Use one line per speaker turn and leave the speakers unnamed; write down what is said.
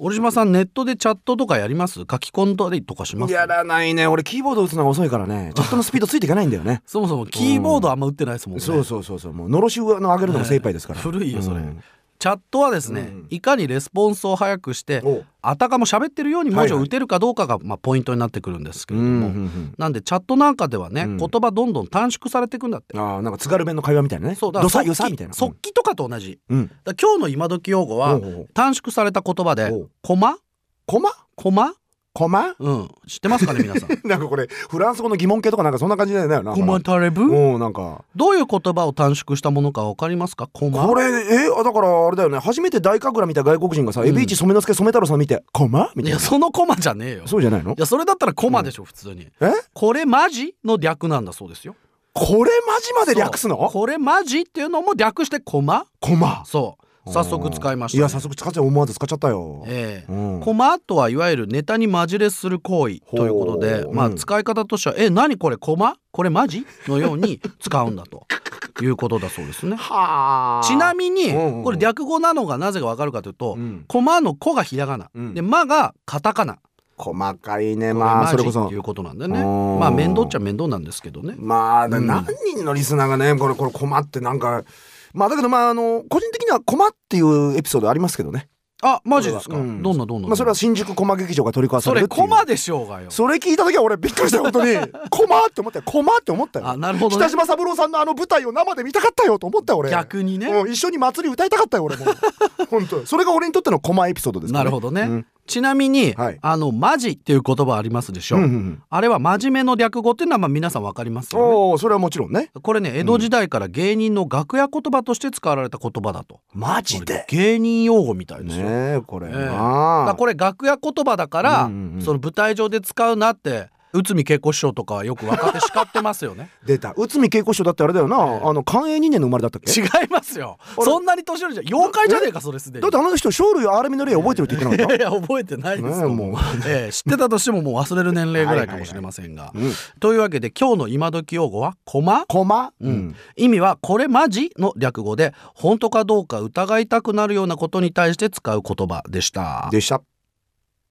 折島さんネットでチャットとかやります書き込んだりとかします
やらないね俺キーボード打つのが遅いからねチャットのスピードついていかないんだよね
そもそもキーボードあんま打ってないですもんね、
そうそうそうそうもうのろし上の上げるのが精一杯ですから、
古いよそれ、
うん
チャットはですね、
うん
いかにレスポンスを早くして
お
あたかも喋ってるように文字を
はいは
打
い
てるかどうかが、まあ、ポイントになってくるんですけ
う
れど
ん
も、
うんうん
なんでチャットなんかではね、
うん
言葉どんどん短縮されていくんだって
ああなんか津軽弁の会話みたいなね
そうだ
どさ
速
よ
記
さみたいな
速記とかと同じ
うん
だから今日の今時用語は
おうおう
短縮された言葉で
おう
コマ
コマ
コマ
コマ
うん知ってますかね皆さん
なんかこれフランス語の疑問形とかなんかそんな感じだよねなんか
コマタレブ
うんなんか
どういう言葉を短縮したものかわかりますかコマ
これえあだからあれだよね初めて大神楽見た外国人がさ、
うん
エビイチ染之助染太郎さん見て「コマ?」み
い
たい
や
な
そのコマじゃねえよ
そうじゃないの
いやそれだったらコマでしょ、普通に
え
これマジの略なんだそうですよ
これマジまで略す
そう
の
これマジっていうのも略してコマ
コマ
そう早速使いました、
いや早速使っちゃう思わず使っちゃったよ、
ええ
うん
コマとはいわゆるネタにマジレスする行為ということで、
ほう
まあ
うん
使い方としては「え何これコマこれマジ?」のように使うんだ ということだそうですね。
はあ
ちなみに
うんうんうん
これ略語なのがなぜかわかるかというと
うん
「コマ」の「コ」がひらがな
うん
で「マ」がカタカナ
細かい
これ
ねまあ
マ
そ
ジ
れこ
っ
そ
ていうことなんでね
うん
まあ面倒っちゃ面倒なんですけどね。
まあ、だ
うん
何人のリスナーがねこれこれ困ってなんかまあだけどまああの個人的には困っていうエピソードありますけどね
あマジですか、
うん
どんなどんな
まあそれは新宿駒劇場が取り壊さ
そ
れる
れ
ってい
コ
う
マでしょうがよ。
それ聞いた時は俺びっくりしたよ本当に「コマ!」って思ったよ「コマ!」って思ったよ
あなるほど、ね
北、島三郎さんのあの舞台を生で見たかったよと思ったよ俺
逆にね。
もう一緒に祭り歌いたかったよ 俺も本当それが俺にとってのコマエピソードですか
な
ら
る
ね
ほどね、
うん
ちなみに、
はい
あのマジっていう言葉ありますでしょ、
うんうんうん
あれは真面目の略語っていうのはまあ皆さんわかりますよね
おおそれはもちろんね
これね江戸時代から芸人の楽屋言葉として使われた言葉だと、
マ
芸人用語みたいですよ、
ねえこれ
ええだか
な
らこれ楽屋言葉だから、
うんうんうん
その舞台上で使うなって内海恵子師匠とかはよく分かって叱ってますよね
出た内海恵子師匠だってあれだよな
ええ
あの寛永2年の生まれだったっけ
違いますよ
れ
そんなに年寄りじゃ妖怪じゃねえかそれすでに
だってあの人生類憐れみの霊覚えてるって言って
い
なか
や
っ
いや覚えてないです
ねえ
よ、
もう
ええ知ってたとしてももう忘れる年齢ぐらいかもしれませんが
たうん
というわけで今日の今時用語は「コマ」
コマ
う
うんん
意味は「これマジ?」の略語で本当かどうか疑いたくなるようなことに対して使う言葉でした。
でした